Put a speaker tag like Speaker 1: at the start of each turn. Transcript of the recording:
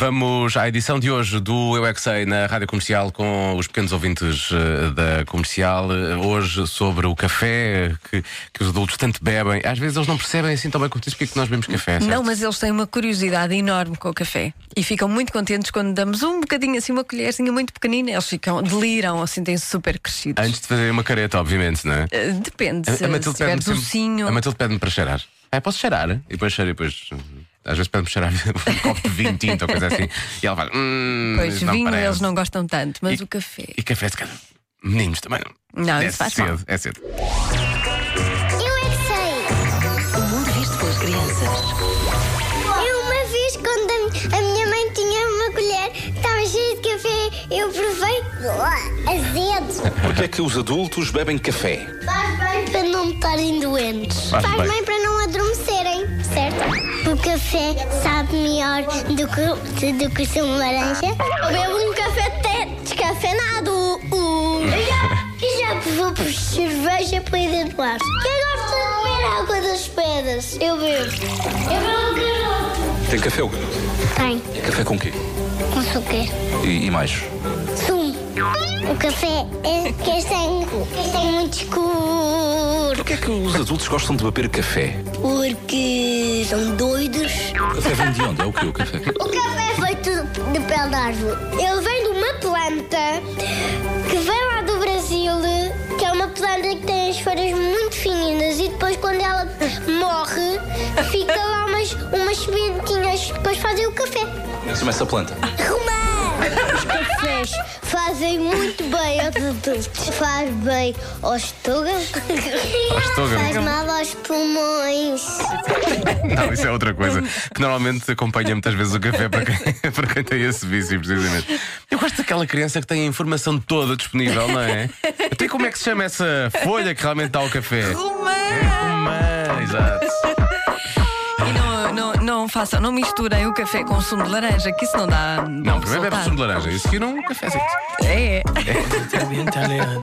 Speaker 1: Vamos à edição de hoje do Eu é que Sei na Rádio Comercial com os pequenos ouvintes eh, da comercial. Eh, Hoje sobre o café eh, que, que os adultos tanto bebem. Às vezes eles não percebem assim tão bem quanto isso porque é que nós bebemos café. certo?
Speaker 2: Não, mas eles têm uma curiosidade enorme com o café e ficam muito contentes quando damos um bocadinho assim, uma colherzinha muito pequenina. Eles ficam, deliram, assim, têm super crescidos.
Speaker 1: Antes de fazerem uma careta, obviamente, não é?
Speaker 2: Eh, Depende, se, se tiver
Speaker 1: pede-me sempre-
Speaker 2: docinho.
Speaker 1: a Matilde pede-me para cheirar. Ah, posso cheirar? E depois cheiro e depois. hum, Às vezes pede-me cheirar um copo de vinho tinto ou coisa assim. E ela faz. Hum,
Speaker 2: Pois,
Speaker 1: isso não
Speaker 2: vinho
Speaker 1: parece."
Speaker 2: eles não gostam tanto, mas
Speaker 1: E-
Speaker 2: o café.
Speaker 1: E café, se calhar. Meninos também não.
Speaker 2: Não,
Speaker 1: é
Speaker 2: isso faz
Speaker 1: cedo,
Speaker 2: mal.
Speaker 1: é cedo.
Speaker 3: Eu é que sei.
Speaker 4: O mundo visto pelas crianças.
Speaker 3: Eu uma vez, quando a mi- a minha mãe tinha uma colher, estava cheia de café, eu provei. Azedo.
Speaker 5: Porquê é que os adultos bebem café?
Speaker 3: Faz bem para não estarem doentes.
Speaker 1: Faz
Speaker 3: Faz,
Speaker 1: bem.
Speaker 3: bem. para não adormecerem, certo? O café sabe melhor do que do que seu laranja. Eu bebo um café até descafeinado. O... Eu já, eu já vou por cerveja para identificar. Quem gosta de comer água das pedras? Eu bebo. Eu bebo um garoto.
Speaker 5: Tem café o quê?
Speaker 3: Tem.
Speaker 5: Café com quê?
Speaker 3: Com açúcar.
Speaker 5: E, e mais?
Speaker 3: Sum. O café é castanho, castanho muito escuro.
Speaker 5: Porquê é que os adultos gostam de beber café?
Speaker 3: Porque são doidos.
Speaker 5: Café vem de onde? É o quê o café?
Speaker 3: O café é feito de pele de árvore. Ele vem de uma planta que vem lá do Brasil, que é uma planta que tem as folhas muito fininhas e depois quando ela morre, fica lá umas, umas sementinhas que depois fazem o café.
Speaker 5: Chama essa planta.
Speaker 3: Romã! Os cafés fazem muito bem aos adultos. Faz bem aos estômagos.
Speaker 1: Aos estômagos.
Speaker 3: Faz mal aos pulmões.
Speaker 1: Não, isso é outra coisa. Que normalmente acompanha muitas vezes o café para quem, para quem tem esse vício, precisamente. Eu gosto daquela criança que tem a informação toda disponível, não é? Até como é que se chama essa folha que realmente dá ao café?
Speaker 2: Romã!
Speaker 1: Romã, exato.
Speaker 2: E não, não, não façam, não misturem o café com o sumo de laranja, que isso não dá.
Speaker 1: é Não, primeiro bebe sumo de laranja e seguir um cafezinho.
Speaker 2: É.